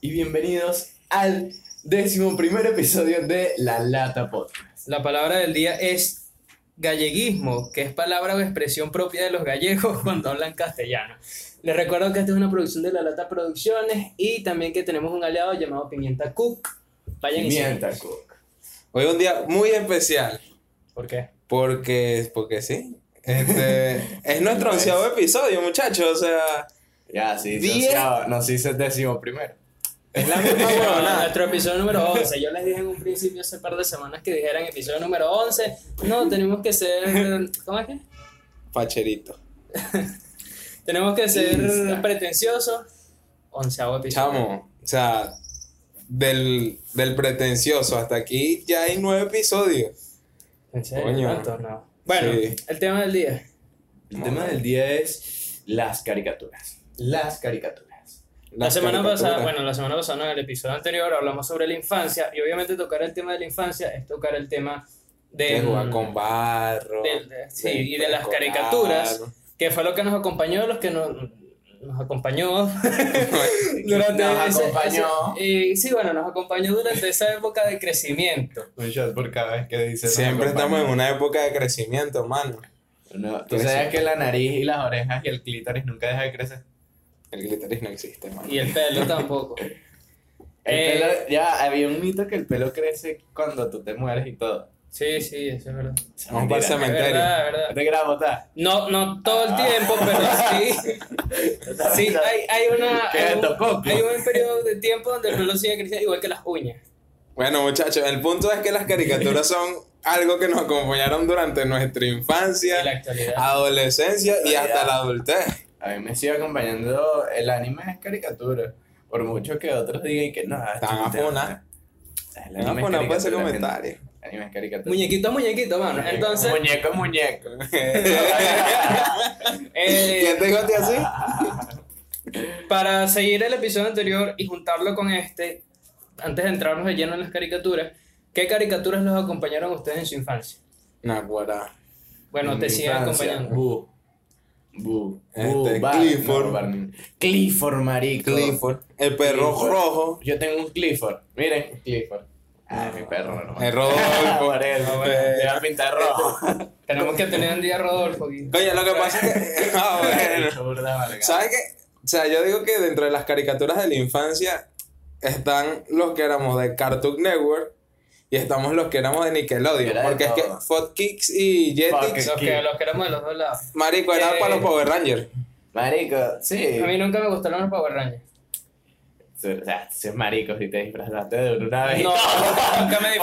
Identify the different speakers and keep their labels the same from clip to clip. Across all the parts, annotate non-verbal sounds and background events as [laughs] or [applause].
Speaker 1: y bienvenidos al décimo primer episodio de La Lata Podcast.
Speaker 2: La palabra del día es galleguismo, que es palabra o expresión propia de los gallegos [laughs] cuando hablan castellano. Les recuerdo que esta es una producción de La Lata Producciones y también que tenemos un aliado llamado Pimienta Cook. Vayan y
Speaker 1: Pimienta
Speaker 2: síganos.
Speaker 1: Cook.
Speaker 3: Hoy es un día muy especial,
Speaker 2: ¿Por qué?
Speaker 3: porque, porque sí.
Speaker 2: [laughs]
Speaker 3: Este, es nuestro
Speaker 2: Pues.
Speaker 3: onceavo episodio, muchachos. O sea,
Speaker 1: Ya, sí,
Speaker 3: Diez.
Speaker 1: asociado. nos hizo el décimo primero.
Speaker 3: es la [laughs] misma huevonada.
Speaker 2: Nuestro episodio número 11. Yo les dije en un principio hace par de semanas que dijeran episodio número 11. No, tenemos que ser. ¿Cómo es que?
Speaker 3: Facherito.
Speaker 2: Tenemos que ser
Speaker 1: Insta.
Speaker 2: pretenciosos. Onceavo episodio.
Speaker 3: Chamo, o sea, del, del pretencioso hasta aquí ya hay nueve episodios.
Speaker 2: ¿En serio?
Speaker 3: Coño.
Speaker 2: ¿Tanto? No. Bueno,
Speaker 3: Sí.
Speaker 2: el tema del día.
Speaker 1: El tema del día es las caricaturas. Las caricaturas.
Speaker 2: La
Speaker 3: Las
Speaker 2: semana pasada,
Speaker 3: caricaturas.
Speaker 2: bueno, la semana pasada, no, en el episodio anterior hablamos sobre la infancia y obviamente tocar el tema de la infancia es tocar el tema
Speaker 3: De
Speaker 2: de...
Speaker 3: jugar con barro.
Speaker 2: del- de- sí,
Speaker 3: del
Speaker 2: y de las
Speaker 3: precolar.
Speaker 2: caricaturas, que fue lo que nos acompañó, los que nos, [laughs] nos acompañó durante...
Speaker 1: Nos
Speaker 2: ese-
Speaker 1: acompañó.
Speaker 2: ese- eh, sí, bueno, nos acompañó durante esa época de crecimiento.
Speaker 1: Un shot por cada vez que dices.
Speaker 3: Siempre estamos en una época de crecimiento, hermano.
Speaker 1: No, pues Tú sabes que la nariz y las orejas y el clítoris nunca deja de crecer.
Speaker 3: El glitteris no existe, hermano.
Speaker 2: Y el pelo tampoco.
Speaker 1: El
Speaker 2: Eh.
Speaker 1: pelo, ya, había un mito que el pelo crece cuando tú te mueres y todo.
Speaker 2: Sí, sí, eso es verdad. Es
Speaker 3: Vamos para el
Speaker 1: Mentira.
Speaker 3: cementerio.
Speaker 2: verdad, es verdad.
Speaker 1: Te grabo, ta.
Speaker 2: No, no todo el tiempo, pero sí. Sí, hay, hay una.
Speaker 1: Que
Speaker 2: Hay un,
Speaker 1: tampoco.
Speaker 2: hay un periodo de tiempo donde el pelo sigue creciendo, igual que las uñas.
Speaker 3: Bueno, muchachos, el punto es que las caricaturas son algo que nos acompañaron durante nuestra
Speaker 2: [laughs] En la
Speaker 3: infancia,
Speaker 2: actualidad.
Speaker 3: adolescencia y hasta la adultez.
Speaker 1: A mí me sigue acompañando el anime es caricatura. Por mucho que otros digan que no. esto
Speaker 3: Tan
Speaker 1: no te
Speaker 3: afona.
Speaker 1: gusta. El
Speaker 3: Ah, pues No,
Speaker 1: anime es
Speaker 3: bueno, puede
Speaker 1: caricatura,
Speaker 3: ese
Speaker 1: gente.
Speaker 3: comentario.
Speaker 1: El anime es caricatura.
Speaker 2: Muñequito, muñequito, mano. Entonces,
Speaker 1: Muñeco, es muñeco.
Speaker 2: eh,
Speaker 1: [laughs]
Speaker 3: ¿Quién te dijo a ti así?
Speaker 2: para seguir el episodio anterior y juntarlo con este, antes de entrarnos de lleno en las caricaturas, ¿qué caricaturas los acompañaron a ustedes en su infancia?
Speaker 3: No, guará.
Speaker 2: Bueno,
Speaker 1: En
Speaker 2: te
Speaker 1: mi
Speaker 2: siguen
Speaker 1: infancia,
Speaker 2: acompañando.
Speaker 1: Bu. Bu.
Speaker 3: Este,
Speaker 1: Bu, Bar-
Speaker 3: Clifford.
Speaker 1: no, Barney. Clifford, marico.
Speaker 3: Clifford, el perro
Speaker 1: Clifford.
Speaker 3: rojo,
Speaker 1: Yo tengo un Clifford. Miren, Clifford. Ah, mi perro, hermano. [laughs]
Speaker 3: el Rodolfo.
Speaker 1: Por él. Le va a pintar rojo.
Speaker 2: Tenemos que tener un día Rodolfo. aquí.
Speaker 3: Coño, lo que pasa es que. [laughs] [laughs] Ah, bueno.
Speaker 1: Burda, verga.
Speaker 3: ¿Sabes qué? O sea, yo digo que dentro de las caricaturas de la infancia están los que éramos de Cartoon Network y estamos los que éramos de Nickelodeon.
Speaker 1: Era de
Speaker 3: porque es que
Speaker 1: todo.
Speaker 3: Fox Kicks y Jetix,
Speaker 1: Fox
Speaker 2: Los que los queremos de los dos lados.
Speaker 3: marico, era
Speaker 2: Eh.
Speaker 3: para los Power Rangers.
Speaker 1: Marico, sí.
Speaker 2: A mí nunca me gustaron los Power Rangers.
Speaker 1: O sea, si es marico, si te disfrazaste de una vez.
Speaker 2: No, nunca
Speaker 1: [laughs] Otra
Speaker 2: me
Speaker 1: vez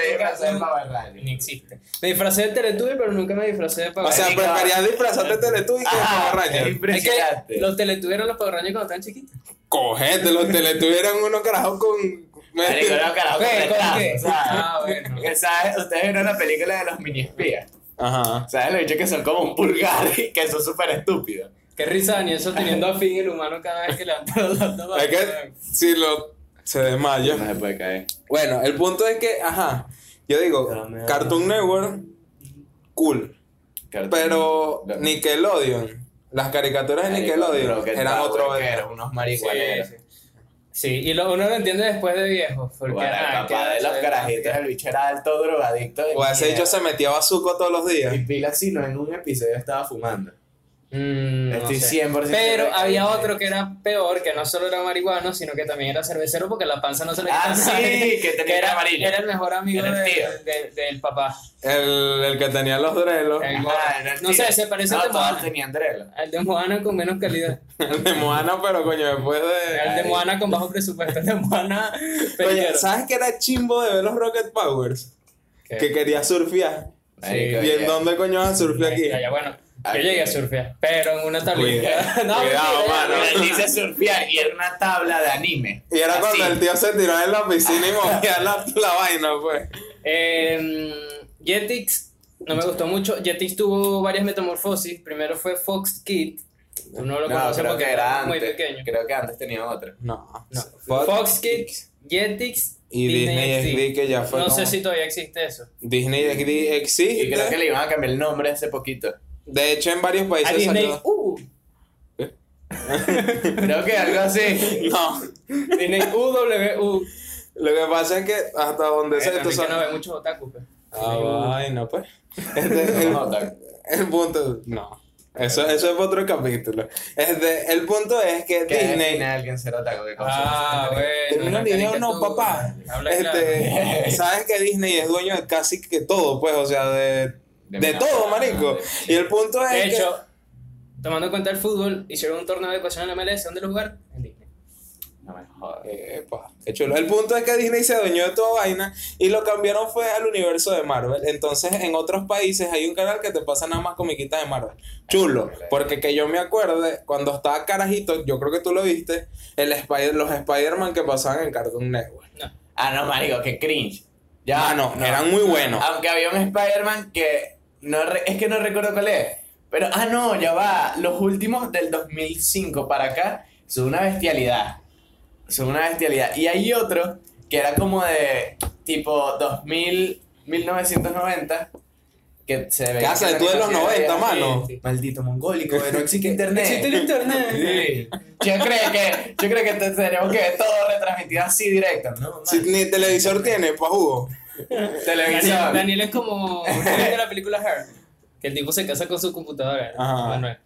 Speaker 1: te
Speaker 2: disfrazé.
Speaker 1: disfrazaste de
Speaker 2: nunca-
Speaker 1: Power Rangers.
Speaker 2: Ni existe. Me disfracé de Teletubbies, pero nunca me disfracé de Power
Speaker 3: O sea,
Speaker 2: Rangers.
Speaker 1: Marico.
Speaker 3: preferías disfrazarte de Teletubbies que de
Speaker 1: Ah,
Speaker 3: Power
Speaker 1: es
Speaker 3: Rangers.
Speaker 2: Es que
Speaker 1: impresionante.
Speaker 2: los Teletubbies eran los Power Rangers cuando estaban chiquitos.
Speaker 3: Cogete, los Teletubbies eran unos carajos con.
Speaker 1: Marico, no, carajo,
Speaker 2: Ve,
Speaker 1: con
Speaker 2: ¿con
Speaker 1: retraso,
Speaker 2: qué?
Speaker 1: ¿sabes?
Speaker 2: Ah, bueno.
Speaker 1: Porque, ¿sabes? Ustedes vieron la película de los mini espías.
Speaker 3: Ajá.
Speaker 1: ¿Sabes? Los bichos que son como un pulgar y que son súper estúpidos.
Speaker 2: Qué risa ni eso teniendo a Finn el humano cada vez que levanta los datos.
Speaker 3: Es que si lo. Se desmaya.
Speaker 1: se puede caer.
Speaker 3: Bueno, el punto es que, ajá, yo digo,
Speaker 1: Dame algo.
Speaker 3: Cartoon Network, cool. Pero
Speaker 1: Dame.
Speaker 3: Nickelodeon, las caricaturas de Nickelodeon eran otro
Speaker 1: vaqueros, unos marihuaneros.
Speaker 2: Sí, sí. Sí, y lo, uno lo entiende después de viejo. Porque
Speaker 1: Bueno, el
Speaker 2: ah,
Speaker 1: papá de los carajitos, el bicho era alto drogadicto. de
Speaker 3: O a ese
Speaker 1: mierda.
Speaker 3: hecho se metía bazuco todos los días.
Speaker 1: Y pila sino en un episodio estaba fumando.
Speaker 2: Mm, no
Speaker 1: Estoy
Speaker 2: sé.
Speaker 1: 100%
Speaker 2: Pero
Speaker 1: seguro.
Speaker 2: había otro que era peor, que no solo era marihuano, sino que también era cervecero porque la panza no se le
Speaker 1: Ah,
Speaker 2: quitaba.
Speaker 1: sí,
Speaker 2: [laughs]
Speaker 1: que tenía
Speaker 2: era,
Speaker 1: amarillo.
Speaker 2: era el mejor amigo
Speaker 1: Era el
Speaker 2: de-
Speaker 1: tío.
Speaker 2: de- del papá.
Speaker 3: El, el que tenía los drelos,
Speaker 2: El-
Speaker 1: Ajá, era el
Speaker 2: No sé,
Speaker 1: tío.
Speaker 2: se parece
Speaker 1: no,
Speaker 2: a este tu
Speaker 1: todos
Speaker 2: mamá.
Speaker 1: tenían drelos.
Speaker 2: El de Moana con menos calidad.
Speaker 3: [laughs] el de Moana, pero coño, después de...
Speaker 2: El de Moana con bajo presupuesto. El de Moana.
Speaker 3: Coño,
Speaker 2: peligroso.
Speaker 3: ¿sabes qué era chimbo de ver los Rocket Powers?
Speaker 2: ¿Qué?
Speaker 3: Que quería surfear.
Speaker 1: Marico,
Speaker 3: ¿Y en
Speaker 1: ya.
Speaker 3: dónde coño vas a surfear aquí?
Speaker 2: Ya, ya, bueno, yo
Speaker 1: Ay,
Speaker 2: llegué a surfear, pero en una [laughs] tablita.
Speaker 3: Cuidado, cuidado,
Speaker 2: mentira,
Speaker 3: mano.
Speaker 2: ya,
Speaker 1: Pero
Speaker 2: ya.
Speaker 1: él
Speaker 3: [laughs]
Speaker 1: dice surfear y era una tabla de anime.
Speaker 3: Y era
Speaker 1: Así.
Speaker 3: cuando el tío se tiró en la piscina y movía la, la vaina, pues.
Speaker 2: Eh, Jetix no me gustó mucho. Jetix tuvo varias metamorfosis. Primero fue Fox Kid. Tú no lo
Speaker 1: No,
Speaker 2: conoces
Speaker 1: creo
Speaker 2: porque
Speaker 1: que era
Speaker 2: muy
Speaker 1: antes.
Speaker 2: pequeño.
Speaker 1: Creo que antes tenía otra.
Speaker 3: No.
Speaker 2: No.
Speaker 3: Fox-
Speaker 2: Fox Kids, Jetix
Speaker 3: Y Disney
Speaker 2: XD.
Speaker 3: XD, que ya fue
Speaker 2: No sé
Speaker 3: como-
Speaker 2: si todavía existe eso.
Speaker 3: Disney XD
Speaker 1: Y creo que
Speaker 3: existe.
Speaker 1: le iban a cambiar el nombre hace poquito.
Speaker 3: De hecho, en varios
Speaker 2: A
Speaker 3: países
Speaker 2: Disney,
Speaker 3: salió.
Speaker 2: Ah, uh,
Speaker 3: ¿Qué?
Speaker 2: Creo que algo así.
Speaker 3: No.
Speaker 2: [laughs] Tiene UWU.
Speaker 3: Lo que pasa es que hasta donde
Speaker 2: Bueno,
Speaker 3: se... tú
Speaker 2: es Eh, que
Speaker 3: sabes-
Speaker 2: no ve muchos otaku, pues.
Speaker 3: Ah, vaina, pues. Este, el,
Speaker 1: No, tal-
Speaker 2: [laughs]
Speaker 3: el punto... No. Eso, eso es otro capítulo. Este, el punto es que
Speaker 1: que define
Speaker 3: Disney...
Speaker 1: a alguien ser otaku que consume
Speaker 2: Ah,
Speaker 1: esa
Speaker 2: bueno.
Speaker 1: caricatura.
Speaker 3: Termina
Speaker 2: una
Speaker 3: el video, no,
Speaker 2: caricatura.
Speaker 3: papá.
Speaker 2: Habla
Speaker 3: Este,
Speaker 2: claro.
Speaker 3: Sabes que Disney es dueño de casi que todo, pues, o sea, de, de,
Speaker 1: mi
Speaker 3: todo,
Speaker 1: nada,
Speaker 3: marico.
Speaker 1: de-
Speaker 3: Y el punto es
Speaker 2: De
Speaker 3: que-
Speaker 2: hecho, tomando en cuenta el fútbol, hicieron un torneo de ecuación en la MLS. ¿Dónde lo jugaron? En Disney.
Speaker 1: No me jodas.
Speaker 3: Epa, Eh, qué chulo. El punto es que Disney se adueñó de toda vaina y lo cambiaron fue al universo de Marvel. Entonces, en otros países hay un canal que te pasa nada más comiquitas de Marvel. Chulo, porque que yo me acuerde, cuando estaba carajito, yo creo que tú lo viste, el Spider los Spider-Man que pasaban en Cartoon Network.
Speaker 1: Ah, no, marico, que cringe.
Speaker 3: Ya, no, eran muy buenos.
Speaker 1: Aunque había un Spider-Man que no re- es que no recuerdo cuál es. Pero ah no, ya va, los últimos del 2005 para acá son una bestialidad. Son una bestialidad y hay otro que era como de tipo 2000 1990 que se ve
Speaker 3: Casa de tú de los 90, mano.
Speaker 2: Sí, sí.
Speaker 1: Maldito mongólico, no
Speaker 3: [laughs]
Speaker 1: existe internet.
Speaker 2: Existe el internet.
Speaker 1: Sí. Yo creo que, yo creo que te- tenemos que ver todo retransmitido así directo, ¿no?
Speaker 3: Si ni televisor tiene, pa' jugo.
Speaker 2: Daniel,
Speaker 1: Televisión.
Speaker 2: Daniel es como ¿tú viste la película Her, que el tipo se casa con su computadora.
Speaker 3: Ajá.
Speaker 2: Manuel.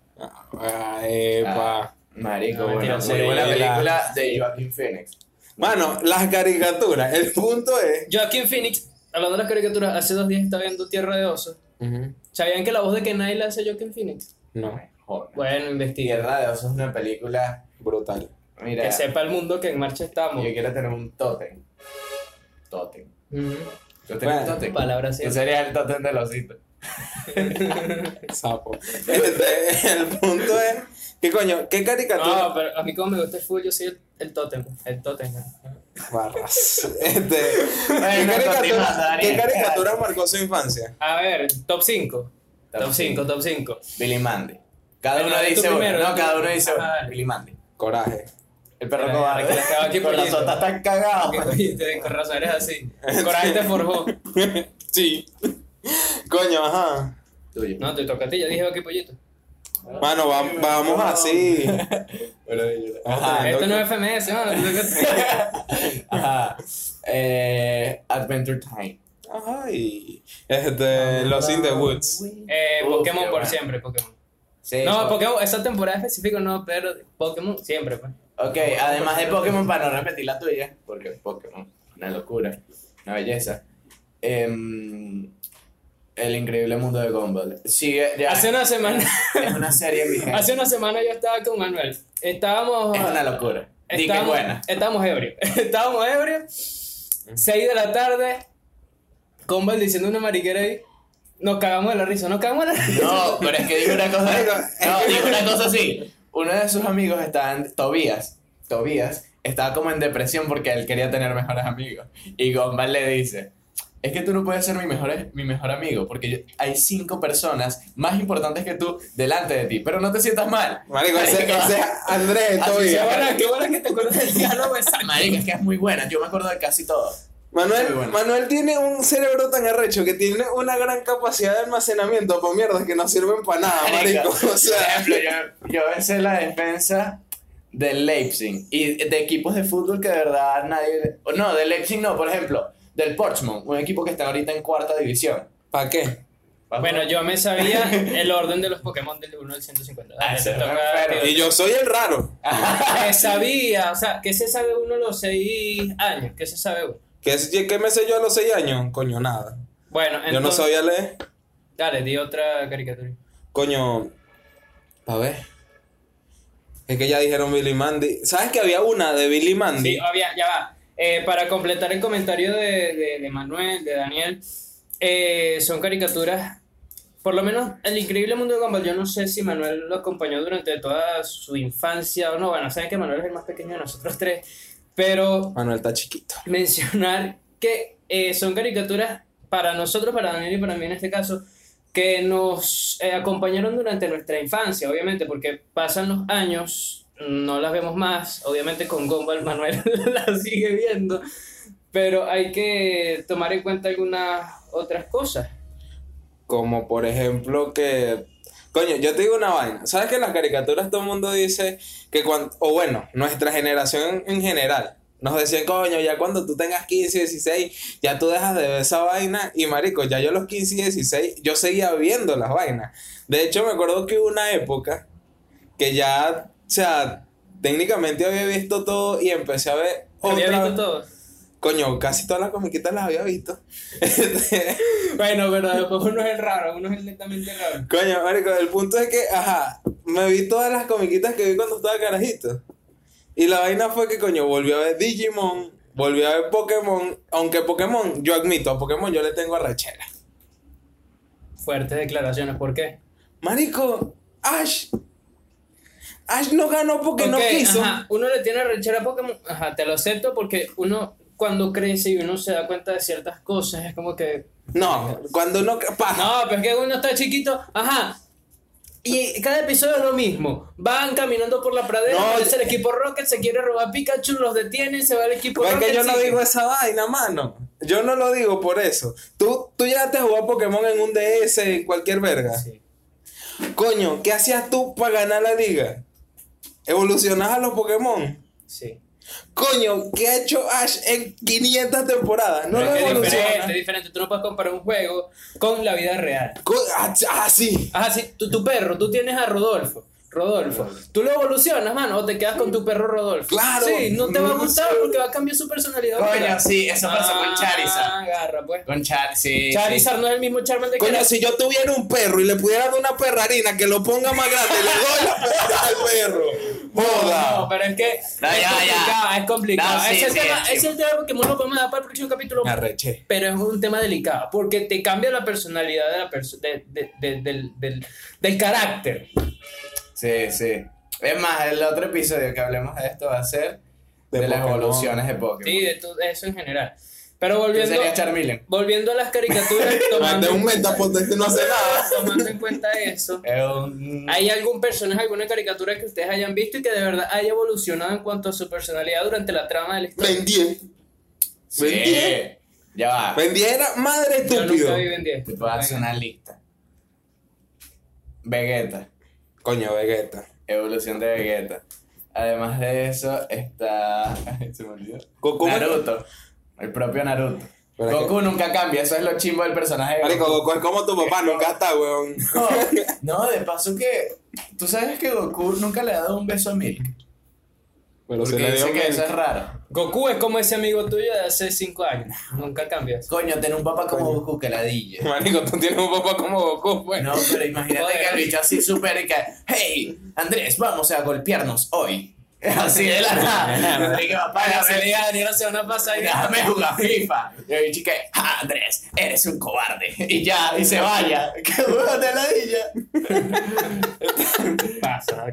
Speaker 3: Ah, epa.
Speaker 1: Marico,
Speaker 2: No,
Speaker 1: bueno,
Speaker 2: mentira,
Speaker 1: muy
Speaker 2: sí,
Speaker 1: buena
Speaker 3: la-
Speaker 1: película de Joaquin Phoenix.
Speaker 3: Mano, las caricaturas. El punto es.
Speaker 2: Joaquín Phoenix, hablando de las caricaturas, hace dos días estaba viendo Tierra de Osos. ¿Sabían que la voz de Kenai la hace Joaquin Phoenix?
Speaker 3: No,
Speaker 1: Joder.
Speaker 2: Bueno, investigué.
Speaker 1: Tierra de Osos es una película.
Speaker 3: brutal.
Speaker 1: Mira,
Speaker 2: Que sepa el mundo que en marcha estamos.
Speaker 1: yo quiero tener un tótem. Tótem.
Speaker 2: Ujú.
Speaker 1: Yo tengo un
Speaker 3: Bueno,
Speaker 1: tótem.
Speaker 2: Palabra
Speaker 1: Ese
Speaker 2: siempre.
Speaker 1: sería el tótem de losito.
Speaker 3: Sapo. Este, el punto es. ¿Qué coño? ¿Qué caricatura?
Speaker 2: No, pero a mí como me gusta el full, yo soy el, el tótem. El tótem.
Speaker 3: Barras. Este, ¿qué,
Speaker 1: Bueno, continúa,
Speaker 3: caricatura,
Speaker 1: Daniel.
Speaker 3: ¿Qué caricatura marcó su infancia?
Speaker 2: A ver, top 5. Top 5, top 5.
Speaker 1: Billy Mandy. Cada
Speaker 2: Pero
Speaker 1: uno
Speaker 2: no, tú
Speaker 1: dice uno.
Speaker 2: primero,
Speaker 1: No,
Speaker 2: tú-
Speaker 1: cada uno dice
Speaker 2: Ajá,
Speaker 1: uno.
Speaker 2: dale.
Speaker 1: Billy Mandy.
Speaker 3: Coraje. [laughs]
Speaker 1: El perro
Speaker 2: Mira, mira, que la estaba
Speaker 1: [laughs] cobarde.
Speaker 2: aquí
Speaker 1: Con la
Speaker 2: poniendo.
Speaker 1: sota tan cagado.
Speaker 2: [laughs]
Speaker 1: pues.
Speaker 2: Oíste, Con razón eres
Speaker 1: [laughs]
Speaker 2: así. Coraje te forjó.
Speaker 3: Sí. Coño, ajá.
Speaker 1: Tuyo.
Speaker 2: No, te toca a ti, ya dije aquí pollito.
Speaker 3: Mano, va- vamos así.
Speaker 1: eh,
Speaker 3: Ajá,
Speaker 2: Esto no
Speaker 3: loco.
Speaker 2: es FMS, mano. te toca
Speaker 1: [laughs]
Speaker 2: a ti.
Speaker 1: Ajá. Eh, Adventure Time.
Speaker 3: Ajá, y. Este, Los in the Woods.
Speaker 2: Eh,
Speaker 1: Uf,
Speaker 2: Pokémon
Speaker 1: qué
Speaker 2: por
Speaker 1: bueno.
Speaker 2: siempre, Pokémon.
Speaker 1: Sí,
Speaker 2: no,
Speaker 1: po-
Speaker 2: Pokémon, esa temporada específica no, pero Pokémon siempre, pues.
Speaker 1: Ok, además de Pokémon, para no repetir la tuya, porque Pokémon, una locura, una belleza. Em, el increíble mundo de Gumball. Sigue, ya.
Speaker 2: Hace una semana, [laughs]
Speaker 1: Es una serie vigente.
Speaker 2: hace una semana yo estaba con Manuel. Estábamos.
Speaker 1: Es una locura. Di que es
Speaker 2: estábamos,
Speaker 1: buena.
Speaker 2: estábamos ebrios. [laughs] Estábamos ebrios. 6 de la tarde. Combo diciendo una mariquera ahí. Nos cagamos de la risa, nos cagamos de la risa. [laughs]
Speaker 1: No, pero es que dijo una cosa.
Speaker 3: Marico,
Speaker 1: No, dijo una cosa así. Uno de sus amigos estaba en. Tobías. Tobías estaba como en depresión porque él quería tener mejores amigos. Y Gombal le dice: Es que tú no puedes ser mi mejor, mi mejor amigo porque yo- hay cinco personas más importantes que tú delante de ti. Pero no te sientas mal.
Speaker 3: Marico, ese, ese
Speaker 1: Así
Speaker 2: Qué
Speaker 3: Andrés
Speaker 1: se
Speaker 3: Tobías.
Speaker 1: va.
Speaker 2: buena, qué buena que te acuerdas del diálogo exacto.
Speaker 1: Marico, es que es muy buena. Yo me acuerdo de casi todo.
Speaker 3: Manuel,
Speaker 1: Muy bueno.
Speaker 3: Manuel tiene un cerebro tan arrecho que tiene una gran capacidad de almacenamiento para mierdas que no sirven para nada, marico. [laughs] O
Speaker 1: Por
Speaker 3: sea,
Speaker 1: ejemplo, yo, yo hice la defensa del Leipzig y de equipos de fútbol que de verdad nadie. No, del Leipzig no, por ejemplo, del Portsmouth, un equipo que está ahorita en cuarta división.
Speaker 3: ¿para qué?
Speaker 2: Bueno, yo me sabía el orden de los Pokémon del 1 al 150.
Speaker 1: Ah,
Speaker 2: Dale,
Speaker 1: ese
Speaker 2: te toca,
Speaker 1: enfermo.
Speaker 2: tío.
Speaker 3: Y yo soy el raro.
Speaker 2: Que sabía, o sea, que se sabe uno a los seis años, que se sabe uno.
Speaker 3: ¿Qué, es- qué me sé yo a los 6 años? Coño, nada.
Speaker 2: Bueno, entonces,
Speaker 3: yo no sabía leer.
Speaker 2: Dale, di otra caricatura.
Speaker 3: Coño. A ver. Es que ya dijeron Billy Mandy. ¿Sabes que había una de Billy Mandy?
Speaker 2: Sí, ah. obvia, ya va. Eh, para completar el comentario de, de- de Manuel, de Daniel, eh, son caricaturas, por lo menos El Increíble Mundo de Gumball, yo no sé si Manuel lo acompañó durante toda su infancia o no, bueno, saben que Manuel es el más pequeño de nosotros tres, pero
Speaker 3: Manuel está chiquito.
Speaker 2: [laughs] mencionar que eh, son caricaturas para nosotros, para Daniel y para mí en este caso, que nos eh, acompañaron durante nuestra infancia, obviamente, porque pasan los años, no las vemos más, obviamente con Gumball Manuel [laughs] la sigue viendo, pero hay que tomar en cuenta algunas otras cosas.
Speaker 3: Como por ejemplo que Coño, yo te digo una vaina. ¿Sabes que en las caricaturas todo el mundo dice que cuando, o bueno, nuestra generación en general, nos decían, coño, ya cuando tú tengas 15, 16, ya tú dejas de ver esa vaina. Y marico, ya yo a los 15, 16, yo seguía viendo las vainas. De hecho, me acuerdo que hubo una época que ya, o sea, técnicamente había visto todo y empecé a ver.
Speaker 2: ¿Había
Speaker 3: otra-
Speaker 2: visto todo?
Speaker 3: Coño, casi todas las comiquitas las había visto. [laughs] Este,
Speaker 2: Bueno, pero después uno es el raro, uno es el netamente raro.
Speaker 3: Coño, marico, el punto es que, ajá, me vi todas las comiquitas que vi cuando estaba carajito. Y la vaina fue que, coño, volví a ver Digimon, volví a ver Pokémon, aunque Pokémon, yo admito, a Pokémon yo le tengo arrachera.
Speaker 2: Fuertes declaraciones, ¿por qué?
Speaker 3: Marico, Ash. Ash no ganó porque no
Speaker 2: Ok,
Speaker 3: quiso.
Speaker 2: ajá, uno le tiene rechera a Pokémon, ajá, te lo acepto porque uno cuando crece y uno se da cuenta de ciertas cosas, es como que
Speaker 3: No, cuando no... Paja.
Speaker 2: No, pero es que uno está chiquito, ajá. Y cada episodio es lo mismo. Van caminando por la pradera,
Speaker 3: No,
Speaker 2: aparece el equipo Rocket, se quiere robar a Pikachu, los detienen, se va el equipo
Speaker 3: Porque
Speaker 2: Rocket.
Speaker 3: yo no
Speaker 2: sigue.
Speaker 3: digo esa vaina, mano. Yo no lo digo por eso. Tú, tú ya te jugó Pokémon en un DS, en cualquier verga.
Speaker 2: Sí.
Speaker 3: Coño, ¿qué hacías tú para ganar la liga? ¿Evolucionás a los Pokémon?
Speaker 2: Sí.
Speaker 3: Coño, ¿qué ha hecho Ash en 500 temporadas? No
Speaker 2: Pero es
Speaker 3: lo
Speaker 2: que es
Speaker 3: evoluciona.
Speaker 2: diferente, es diferente. Tú no puedes comparar un juego con la vida real.
Speaker 3: Co- ah, ch- ah, sí.
Speaker 2: Ajá, sí, tu, tu perro, tú tienes a Rodolfo. Rodolfo, tú lo evolucionas, mano, o te quedas con tu perro Rodolfo.
Speaker 3: Claro.
Speaker 2: Sí, no te va a gustar
Speaker 3: Sí.
Speaker 2: porque va a cambiar su personalidad.
Speaker 1: Coño,
Speaker 2: Mira.
Speaker 1: sí, eso pasó con
Speaker 2: Ah,
Speaker 1: Charizard.
Speaker 2: Agarra, pues.
Speaker 1: Con Char, sí.
Speaker 2: Charizard no es el mismo Charmander que
Speaker 3: Coño,
Speaker 2: era-
Speaker 3: si yo tuviera un perro y le pudiera dar una perrarina que lo ponga más grande, le doy la perra al perro. Joda.
Speaker 2: No, pero es que
Speaker 1: No,
Speaker 2: es,
Speaker 1: ya, ya.
Speaker 2: complicado, es complicado,
Speaker 1: No, sí,
Speaker 2: Ese es
Speaker 1: sí,
Speaker 2: el tema,
Speaker 1: es
Speaker 2: ese es el tema que no lo podemos dar para el próximo capítulo.
Speaker 3: Me arreché.
Speaker 2: Pero es un tema delicado, porque te cambia la personalidad de la perso- de- de- de- del, del- del carácter.
Speaker 1: Sí, sí. Es más, el otro episodio que hablemos de esto va a ser
Speaker 3: De
Speaker 1: de, las
Speaker 3: Pokémon.
Speaker 1: evoluciones de Pokémon.
Speaker 2: Sí, de todo eso en general. Pero
Speaker 1: ¿Quién
Speaker 2: volviendo,
Speaker 1: sería Charmeleon?
Speaker 2: volviendo a las
Speaker 3: [laughs]
Speaker 2: caricaturas,
Speaker 3: Ante
Speaker 2: tomando,
Speaker 3: un metapotencio no hace nada.
Speaker 2: tomando en cuenta eso,
Speaker 1: Es un-
Speaker 2: ¿hay algún personaje, alguna caricatura que ustedes hayan visto y que de verdad haya evolucionado en cuanto a su personalidad durante la trama del
Speaker 3: Me
Speaker 2: historia?
Speaker 3: entiende.
Speaker 1: Sí. Ya va.
Speaker 3: Ben 10 era madre
Speaker 2: Yo
Speaker 3: estúpido.
Speaker 2: nunca vi Ben 10.
Speaker 1: Te puedo hacer una lista. Vegeta.
Speaker 3: Coño, Vegeta.
Speaker 1: Evolución de Vegeta. Además de eso está... [laughs] Se me olvidó.
Speaker 3: Goku-
Speaker 1: Naruto. El propio Naruto.
Speaker 3: Pero
Speaker 1: Goku nunca cambia. Eso es lo chimbo del personaje de
Speaker 3: Marico,
Speaker 1: Goku.
Speaker 3: Goku es como tu papá, nunca está, weón.
Speaker 1: No, [laughs] no, de paso que... Tú sabes que Goku nunca le ha dado un beso a Milk.
Speaker 3: Pero se
Speaker 1: Porque
Speaker 3: le dio
Speaker 1: dice que eso
Speaker 3: men-
Speaker 1: es raro.
Speaker 2: Goku es como ese amigo tuyo de hace 5 años. Nunca cambias.
Speaker 1: Coño, tener un papá como
Speaker 3: Coño.
Speaker 1: Goku que la
Speaker 3: [laughs]
Speaker 1: dille.
Speaker 3: Marico, tú tienes un papá como Goku, pues.
Speaker 1: No, pero imagínate
Speaker 2: Joder.
Speaker 1: que el bicho así súper y que, hey, Andrés, vamos a golpearnos hoy. Así de la nada. Así que papá,
Speaker 2: Para se le
Speaker 1: déjame,
Speaker 2: diga Daniel se una pasadita.
Speaker 1: déjame jugar FIFA. Y el bicho que, "Ja, Andrés, eres un cobarde. Y ya, y se vaya. [laughs] ¡Qué huevo de ladilla!
Speaker 2: Pasa,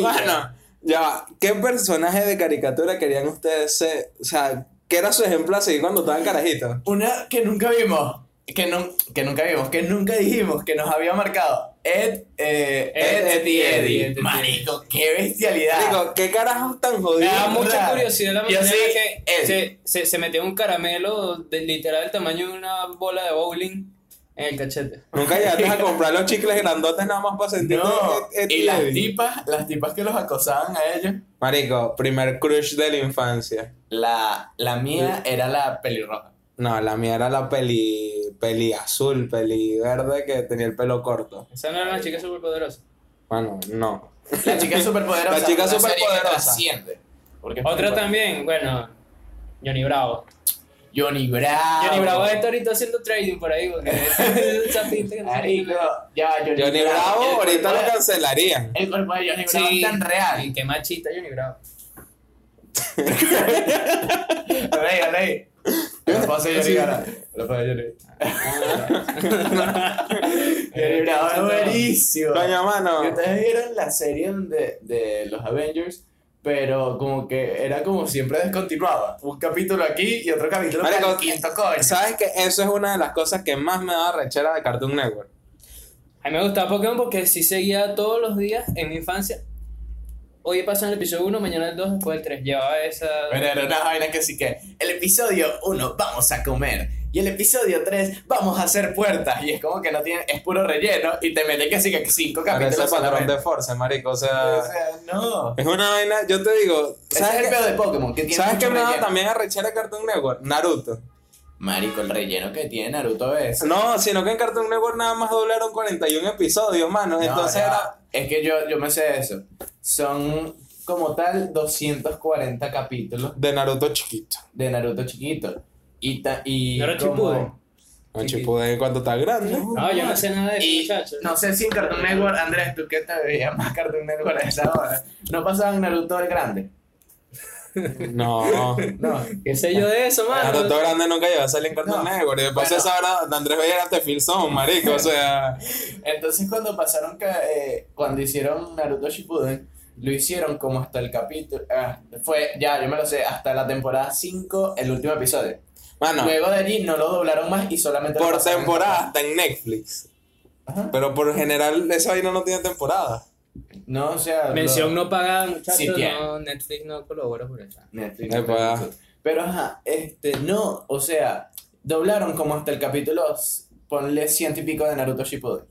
Speaker 3: Bueno, ya va. ¿Qué personaje de caricatura querían ustedes ser? O sea, ¿qué era su ejemplo a seguir cuando estaban carajitos?
Speaker 1: Una que nunca vimos, que, nun- que nunca vimos, que nunca dijimos, que nos había marcado. Ed, eh, Ed, Ed y Eddie.
Speaker 2: Ed y
Speaker 1: Marico, qué bestialidad.
Speaker 3: Digo, ¿qué carajos tan
Speaker 2: Me
Speaker 3: jodidos?
Speaker 2: da mucha
Speaker 1: Raro.
Speaker 2: curiosidad la
Speaker 1: Yo
Speaker 2: manera
Speaker 1: sí,
Speaker 2: en la que
Speaker 1: él.
Speaker 2: se, se, se metió un caramelo de, literal del tamaño de una bola de bowling en el cachete.
Speaker 3: Nunca llegaste a comprar los chicles grandotes nada más para sentirte. e-
Speaker 1: No,
Speaker 3: Ed- Ed
Speaker 1: y las
Speaker 3: Eddy?
Speaker 1: tipas, las tipas que los acosaban a ellos.
Speaker 3: Marico, primer crush de la infancia.
Speaker 1: La, la mía era la pelirroja.
Speaker 3: No, la mía era la peli, peli azul, peli verde que tenía el pelo corto.
Speaker 2: Esa no era una chica superpoderosa.
Speaker 3: Bueno, no.
Speaker 1: La chica superpoderosa.
Speaker 3: La chica
Speaker 1: una serie que
Speaker 3: superpoderosa.
Speaker 1: trasciende, porque es
Speaker 2: Otra
Speaker 1: muy buena.
Speaker 2: también, bueno, Johnny Bravo.
Speaker 1: Johnny Bravo.
Speaker 2: Johnny Bravo está ahorita haciendo trading por ahí.
Speaker 1: [laughs]
Speaker 2: Porque es un chapito que no tiene
Speaker 1: Marico,
Speaker 2: nada.
Speaker 1: ya, Johnny,
Speaker 3: Johnny Bravo,
Speaker 1: El
Speaker 3: ahorita
Speaker 1: cuerpo
Speaker 3: lo
Speaker 1: de-
Speaker 3: cancelarían.
Speaker 1: El cuerpo de Johnny Bravo
Speaker 2: Sí.
Speaker 1: es tan
Speaker 2: Y
Speaker 1: real.
Speaker 2: qué machista Johnny Bravo.
Speaker 1: Rey, rey. Lo pasé Johnny
Speaker 3: Sí.
Speaker 1: Bravo. Lo pasé
Speaker 3: [laughs]
Speaker 1: Johnny. Johnny Bravo es buenísimo.
Speaker 3: Coño, mano.
Speaker 1: Que Ustedes vieron la serie de, de los Avengers, pero como que era como siempre descontinuada. Un capítulo aquí y otro capítulo para
Speaker 3: Marico,
Speaker 1: el quinto coño.
Speaker 3: ¿Sabes que Eso es una de las cosas que más me daba rechera de Cartoon Network.
Speaker 2: A mí me gustaba Pokémon porque sí seguía todos los días en mi infancia hoy pasa en el episodio 1, mañana el 2, después el 3. Llevaba esa.
Speaker 1: Bueno, era una vaina que sí que. El episodio 1, vamos a comer. Y el episodio 3, vamos a hacer puertas. Y es como que no tiene. Es puro relleno. Y te meten que sí que 5
Speaker 3: Parece
Speaker 1: capítulos.
Speaker 3: el patrón
Speaker 1: solamente.
Speaker 3: de Force, marico. O
Speaker 1: O
Speaker 3: sea,
Speaker 1: sea, no.
Speaker 3: es una vaina. Yo te digo,
Speaker 1: Ese es
Speaker 3: ¿sabes
Speaker 1: el
Speaker 3: qué?
Speaker 1: pedo de Pokémon. Que tiene
Speaker 3: ¿Sabes
Speaker 1: mucho
Speaker 3: qué me daba
Speaker 1: relleno.
Speaker 3: también a rechar a Cartoon Network? Naruto.
Speaker 1: Marico, el relleno que tiene Naruto es.
Speaker 3: No, sino que en Cartoon Network nada más doblaron 41 episodios, mano.
Speaker 1: No,
Speaker 3: Entonces
Speaker 1: ya
Speaker 3: era.
Speaker 1: va. Es que yo, yo me sé eso. Son como tal 240 capítulos
Speaker 3: De Naruto chiquito.
Speaker 1: de Naruto chiquito. Y, ta- y
Speaker 2: Naruto
Speaker 1: como-
Speaker 2: Shippuden.
Speaker 3: Un
Speaker 2: Chiquito.
Speaker 3: Chipuden pues, cuando está grande.
Speaker 2: No, yo no sé nada de eso,
Speaker 1: Y
Speaker 2: muchachos.
Speaker 1: no sé si en Cartoon Network, Andrés, tú que te veías más Cartoon Network a esa hora. No pasaban Naruto el Grande. [laughs]
Speaker 3: No.
Speaker 1: No.
Speaker 2: ¿Qué sé yo de eso, mano?
Speaker 3: Naruto grande nunca llegó a salir en Cartoon
Speaker 1: No.
Speaker 3: Network. Y después
Speaker 1: Bueno.
Speaker 3: de esa hora de Andrés Bellar hasta Phil Zone, marico. O sea.
Speaker 1: Entonces cuando pasaron, ca- eh, cuando hicieron Naruto Shippuden, lo hicieron como hasta el capítulo, ah, fue, ya, yo me lo sé, hasta la temporada 5, el último episodio.
Speaker 3: Mano,
Speaker 1: Luego de allí no lo doblaron más y solamente... lo
Speaker 3: por
Speaker 1: pasaron en-
Speaker 3: temporada hasta en Netflix.
Speaker 1: Ajá.
Speaker 3: Pero por general, esa vaina no tiene temporada.
Speaker 1: No, o sea... lo-
Speaker 2: Mención no pagada, muchachos.
Speaker 1: Sí tiene.
Speaker 2: no, Netflix no colabora por eso.
Speaker 1: Netflix.
Speaker 3: Epa.
Speaker 1: Netflix. Pero ajá, este, no, o sea, doblaron como hasta el capítulo, s- ponle ciento y pico de Naruto Shippuden.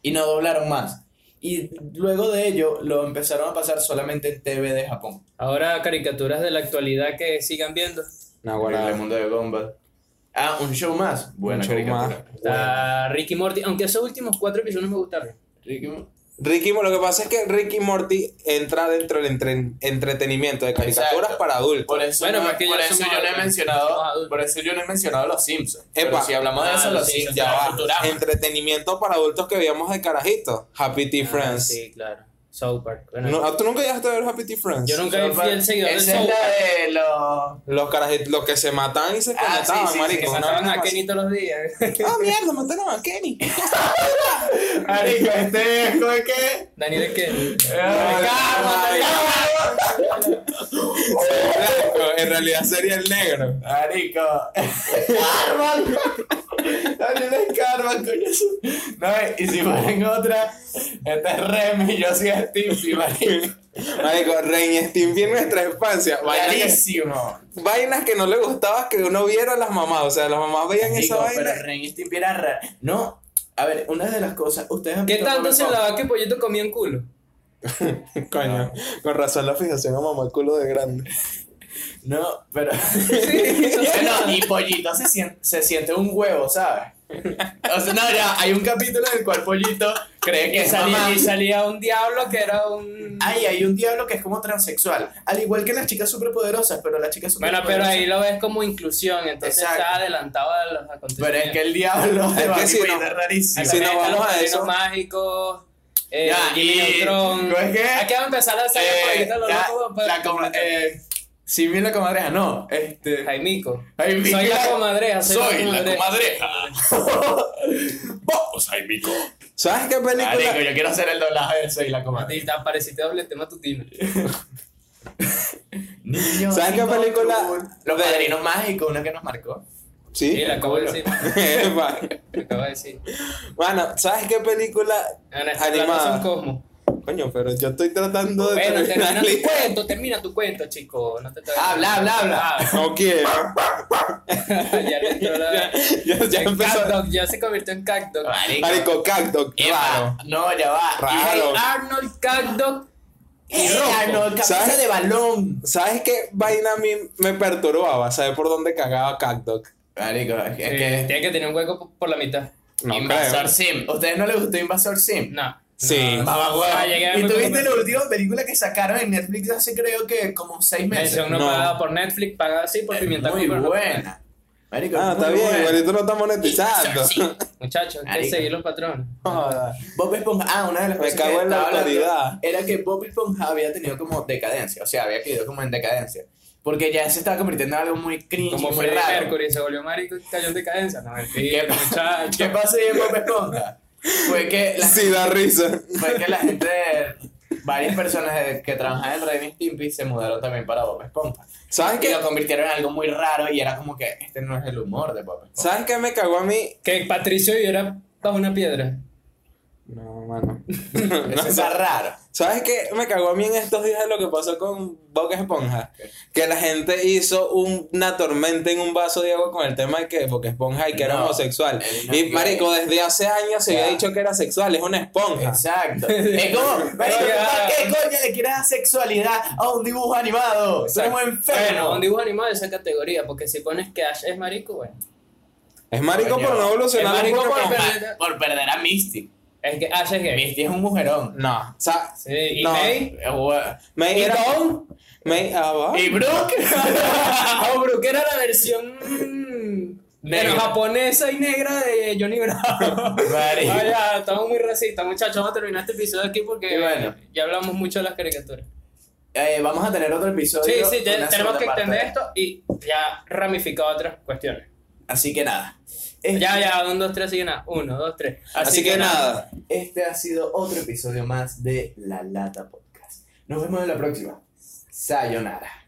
Speaker 1: Y no doblaron más. Y luego de ello lo empezaron a pasar solamente en TV de Japón.
Speaker 2: Ahora caricaturas de la actualidad que sigan viendo.
Speaker 3: No,
Speaker 1: El mundo de Gumball. Ah, un show más. Buena
Speaker 3: show
Speaker 1: caricatura.
Speaker 2: Está Ricky Morty, aunque esos últimos cuatro episodios me gustaron.
Speaker 1: Ricky Mo-
Speaker 3: Ricky, lo que pasa es que Ricky Morty entra dentro del entre- entretenimiento de caricaturas
Speaker 1: Exacto.
Speaker 3: para adultos.
Speaker 1: Por eso,
Speaker 2: Bueno,
Speaker 1: no,
Speaker 2: pero es que
Speaker 1: por
Speaker 2: ya
Speaker 1: eso
Speaker 2: somos
Speaker 1: yo no he
Speaker 2: adultos, somos adultos.
Speaker 1: mencionado, por eso yo no he mencionado los Simpsons. Pero
Speaker 3: Epa.
Speaker 1: si hablamos de
Speaker 2: Ah,
Speaker 1: eso,
Speaker 2: los
Speaker 1: los
Speaker 2: Simpsons,
Speaker 1: Simpsons.
Speaker 3: Ya va.
Speaker 1: Futurama.
Speaker 3: Entretenimiento para adultos que veíamos de carajito. Happy Tea
Speaker 2: Ah,
Speaker 3: Friends.
Speaker 2: Sí, claro. South Park. Bueno,
Speaker 3: No, ¿Tú nunca llegaste a ver Happy Tea Friends?
Speaker 2: Yo nunca fui el seguidor de
Speaker 1: Esa es
Speaker 2: South Park.
Speaker 1: la de los...
Speaker 3: Los carajitos, los que se mataban y se
Speaker 1: Ah,
Speaker 3: conectaban,
Speaker 1: sí, sí, sí,
Speaker 3: marico.
Speaker 1: que
Speaker 3: una
Speaker 2: Mataban
Speaker 3: vaina
Speaker 2: a
Speaker 3: así.
Speaker 2: Kenny todos los días. [laughs]
Speaker 3: Ah, mierda, mataron
Speaker 1: [laughs]
Speaker 3: a Kenny.
Speaker 1: Marico, este es como que.
Speaker 2: Daniel es que.
Speaker 3: Blanco, en realidad sería el negro.
Speaker 1: Marico. Carvan. Daniel es Carvan, coño. su- No, y si ponen otra, este es Remy, yo soy Stimpy, marico.
Speaker 3: Marico, Rein Stimpy en nuestra infancia. Vainas que,
Speaker 1: Clarísimo.
Speaker 3: vainas que no le gustaba que uno viera a las mamás. O sea, las mamás veían esa
Speaker 1: Digo,
Speaker 3: vaina.
Speaker 1: pero Remy Stimpy era raro. No, a ver, una de las cosas, ustedes han
Speaker 2: ¿Qué
Speaker 1: visto
Speaker 2: tanto
Speaker 1: Bob
Speaker 2: se
Speaker 1: Esponja?
Speaker 2: lavaba que pollito comía
Speaker 1: [laughs]
Speaker 2: en culo?
Speaker 3: Coño, con razón la fijación a mamá el culo de grande.
Speaker 1: No, pero. [laughs]
Speaker 2: [laughs] Sí.
Speaker 1: Bueno, y Pollito se siente, se siente un huevo, ¿sabes? O sea, no, ya, hay un capítulo en el cual Pollito cree que
Speaker 2: Que
Speaker 1: es
Speaker 2: salía,
Speaker 1: mamá.
Speaker 2: y salía un diablo que era un.
Speaker 1: Ay, hay un diablo que es como transexual. Al igual que las chicas superpoderosas, pero las chicas
Speaker 2: bueno,
Speaker 1: superpoderosas.
Speaker 2: pero ahí lo ves como inclusión, entonces
Speaker 1: Exacto.
Speaker 2: está adelantado a los
Speaker 1: Pero
Speaker 2: acontecimientos.
Speaker 1: es que el diablo
Speaker 3: Es
Speaker 1: de
Speaker 3: que
Speaker 1: Barbie
Speaker 3: si
Speaker 1: Queen
Speaker 3: no-
Speaker 1: es rarísimo.
Speaker 3: si no
Speaker 2: Están
Speaker 3: vamos
Speaker 2: los
Speaker 3: a
Speaker 2: padrinos
Speaker 3: eso-
Speaker 2: mágicos. Eh,
Speaker 1: Ya,
Speaker 2: Jimmy
Speaker 1: y-
Speaker 2: Neutron.
Speaker 1: ¿no es que?
Speaker 2: Aquí vamos a empezar a hacer
Speaker 1: Eh,
Speaker 2: pollito a pues. los
Speaker 1: ya,
Speaker 2: locos, pero-
Speaker 1: la coma- eh, si bien la comadreja, no. Este,
Speaker 2: Jaimico.
Speaker 1: Ay,
Speaker 2: Soy
Speaker 1: mira,
Speaker 2: la comadreja.
Speaker 1: Soy la comadreja. [laughs] Vamos, ay, mico.
Speaker 3: ¿Sabes qué película?
Speaker 1: Marico, yo quiero hacer el doblaje de Soy la comadreja.
Speaker 2: Y te apareciste doble tema tutino.
Speaker 3: ¿Sabes qué película?
Speaker 1: Los
Speaker 3: de-
Speaker 1: padrinos mágicos, una que nos marcó.
Speaker 3: Sí.
Speaker 2: Sí,
Speaker 3: [laughs]
Speaker 2: la acabo de decir.
Speaker 3: Epa.
Speaker 2: Lo acabo de decir.
Speaker 3: Bueno, ¿sabes qué película?
Speaker 2: Ana,
Speaker 3: Animada.
Speaker 2: Animada. Cosmo.
Speaker 3: Coño, pero yo estoy tratando de
Speaker 2: Bueno, termina
Speaker 3: terminar
Speaker 2: tu
Speaker 3: la-
Speaker 2: cuento, termina tu cuento, chico. No te te-
Speaker 1: Habla, habla, habla.
Speaker 3: No quiero. [laughs]
Speaker 2: Ah, pues ya le entró
Speaker 1: [laughs]
Speaker 2: la.
Speaker 3: ya, ya
Speaker 2: en
Speaker 3: empezó.
Speaker 2: Cat Dog, ya se convirtió en Cacdog.
Speaker 3: Marico, cacto,
Speaker 1: Eva,
Speaker 3: claro.
Speaker 1: No, ya va.
Speaker 3: Raro.
Speaker 2: Arnold Cacdog.
Speaker 1: Y
Speaker 3: Eh,
Speaker 1: Arnold, cabeza
Speaker 3: ¿Sabes?
Speaker 1: de balón.
Speaker 3: ¿Sabes qué vaina a mí me perturbaba? ¿Sabes por dónde cagaba Cacto?
Speaker 1: Marico, es que.
Speaker 2: eh, Tiene que tener un hueco por- por la mitad.
Speaker 3: No
Speaker 1: Invasor
Speaker 3: creo.
Speaker 1: Sim. ¿Ustedes no les gustó Invasor Sim?
Speaker 2: No.
Speaker 3: Sí.
Speaker 2: No,
Speaker 1: Mamá, huevo.
Speaker 2: Ah, llegué a
Speaker 1: ¿Y
Speaker 2: verme
Speaker 1: tú
Speaker 2: como-
Speaker 1: viste la última película que sacaron en Netflix hace creo que como seis meses?
Speaker 2: Mención no,
Speaker 3: No.
Speaker 2: pagada por Netflix, pagada así por
Speaker 1: Es
Speaker 2: Pimienta
Speaker 1: muy
Speaker 2: Cooper, no pagada.
Speaker 1: buena. Marico,
Speaker 3: Ah,
Speaker 1: es
Speaker 3: está
Speaker 1: muy
Speaker 3: bien,
Speaker 1: buena.
Speaker 3: igualito no está monetizando. [laughs]
Speaker 1: Invasor Sim.
Speaker 2: Muchachos, hay que
Speaker 1: Marico.
Speaker 2: seguir los patrones.
Speaker 3: Joda.
Speaker 1: Bob Esponja, ah, una de las
Speaker 3: Me
Speaker 1: cosas
Speaker 3: cago
Speaker 1: que
Speaker 3: en la
Speaker 1: estaba hablando
Speaker 3: autoridad.
Speaker 1: era que Bob Esponja había tenido como decadencia, o sea, había caído como en decadencia, porque ya se estaba convirtiendo en algo muy cringe,
Speaker 2: Como
Speaker 1: muy
Speaker 2: Freddie
Speaker 1: raro.
Speaker 2: Mercury se volvió marico y cayó en decadencia. No,
Speaker 1: [laughs]
Speaker 2: mentira,
Speaker 1: ¿Qué-
Speaker 2: muchachos.
Speaker 1: ¿Qué pasó ahí en Bob Esponja? Fue
Speaker 3: [laughs]
Speaker 1: que la,
Speaker 3: Sí, da risa.
Speaker 1: fue Pues que la gente, varias personas de- que trabajaban en Ren y Stimpy se mudaron también para Bob Esponja.
Speaker 3: ¿Sabes
Speaker 1: Y
Speaker 3: qué?
Speaker 1: lo convirtieron en algo muy raro y era como que este no es el humor de Bob Esponja.
Speaker 3: ¿Sabes qué me cagó a mí?
Speaker 2: Que Patricio viviera bajo una piedra.
Speaker 3: No, mano.
Speaker 1: Eso está raro.
Speaker 3: ¿Sabes qué? Me cagó a mí en estos días lo que pasó con Boca Esponja. Que la gente hizo un- una tormenta en un vaso de agua con el tema de que Boca Esponja y que era
Speaker 1: No,
Speaker 3: homosexual.
Speaker 1: él no
Speaker 3: y
Speaker 1: quiere.
Speaker 3: marico, desde hace años se
Speaker 1: Ya.
Speaker 3: había dicho que era sexual, es una esponja.
Speaker 1: Exacto. Es como, pero
Speaker 2: Oiga.
Speaker 1: ¿qué coño le quieres dar sexualidad a un dibujo animado? Tú eres
Speaker 3: Exacto.
Speaker 1: un
Speaker 2: Bueno, un
Speaker 1: enfermo.
Speaker 2: dibujo animado de esa categoría, porque si pones que Ash es marico, bueno.
Speaker 3: Es marico
Speaker 1: Coño.
Speaker 3: por no evolucionar.
Speaker 2: Es marico
Speaker 3: porque-
Speaker 2: por-
Speaker 1: Por, pa- por perder a Misty.
Speaker 2: Es que Ash es gay.
Speaker 1: Misty es un mujerón.
Speaker 3: No, o sea,
Speaker 2: Sí, y
Speaker 3: No.
Speaker 2: May.
Speaker 1: [laughs] Eh, bueno.
Speaker 3: May
Speaker 2: ¿Y
Speaker 3: era...
Speaker 2: Tom?
Speaker 3: May... ah, va.
Speaker 1: ¿Y
Speaker 2: [laughs]
Speaker 1: Brooke?
Speaker 2: Oh, Brooke era la versión
Speaker 1: Negra.
Speaker 2: pero japonesa y negra de
Speaker 1: [laughs]
Speaker 2: Johnny Bravo.
Speaker 1: Marico.
Speaker 2: Vaya, estamos muy racistas, muchachos. Vamos a terminar este episodio aquí porque
Speaker 1: Y bueno.
Speaker 2: ya hablamos mucho de las caricaturas.
Speaker 1: Eh, vamos a tener otro
Speaker 2: Sí,
Speaker 1: episodio.
Speaker 2: sí, te-
Speaker 1: una
Speaker 2: tenemos
Speaker 1: segunda
Speaker 2: que
Speaker 1: parte.
Speaker 2: extender esto y ya ramificado otras cuestiones.
Speaker 1: Así que nada. Este,
Speaker 2: Ya, ya, un, dos, tres, sigue nada. Uno, dos, tres.
Speaker 3: Eh, Así, que, nada.
Speaker 1: Este ha sido otro episodio más de La Lata Podcast. Nos vemos en la próxima. Sayonara.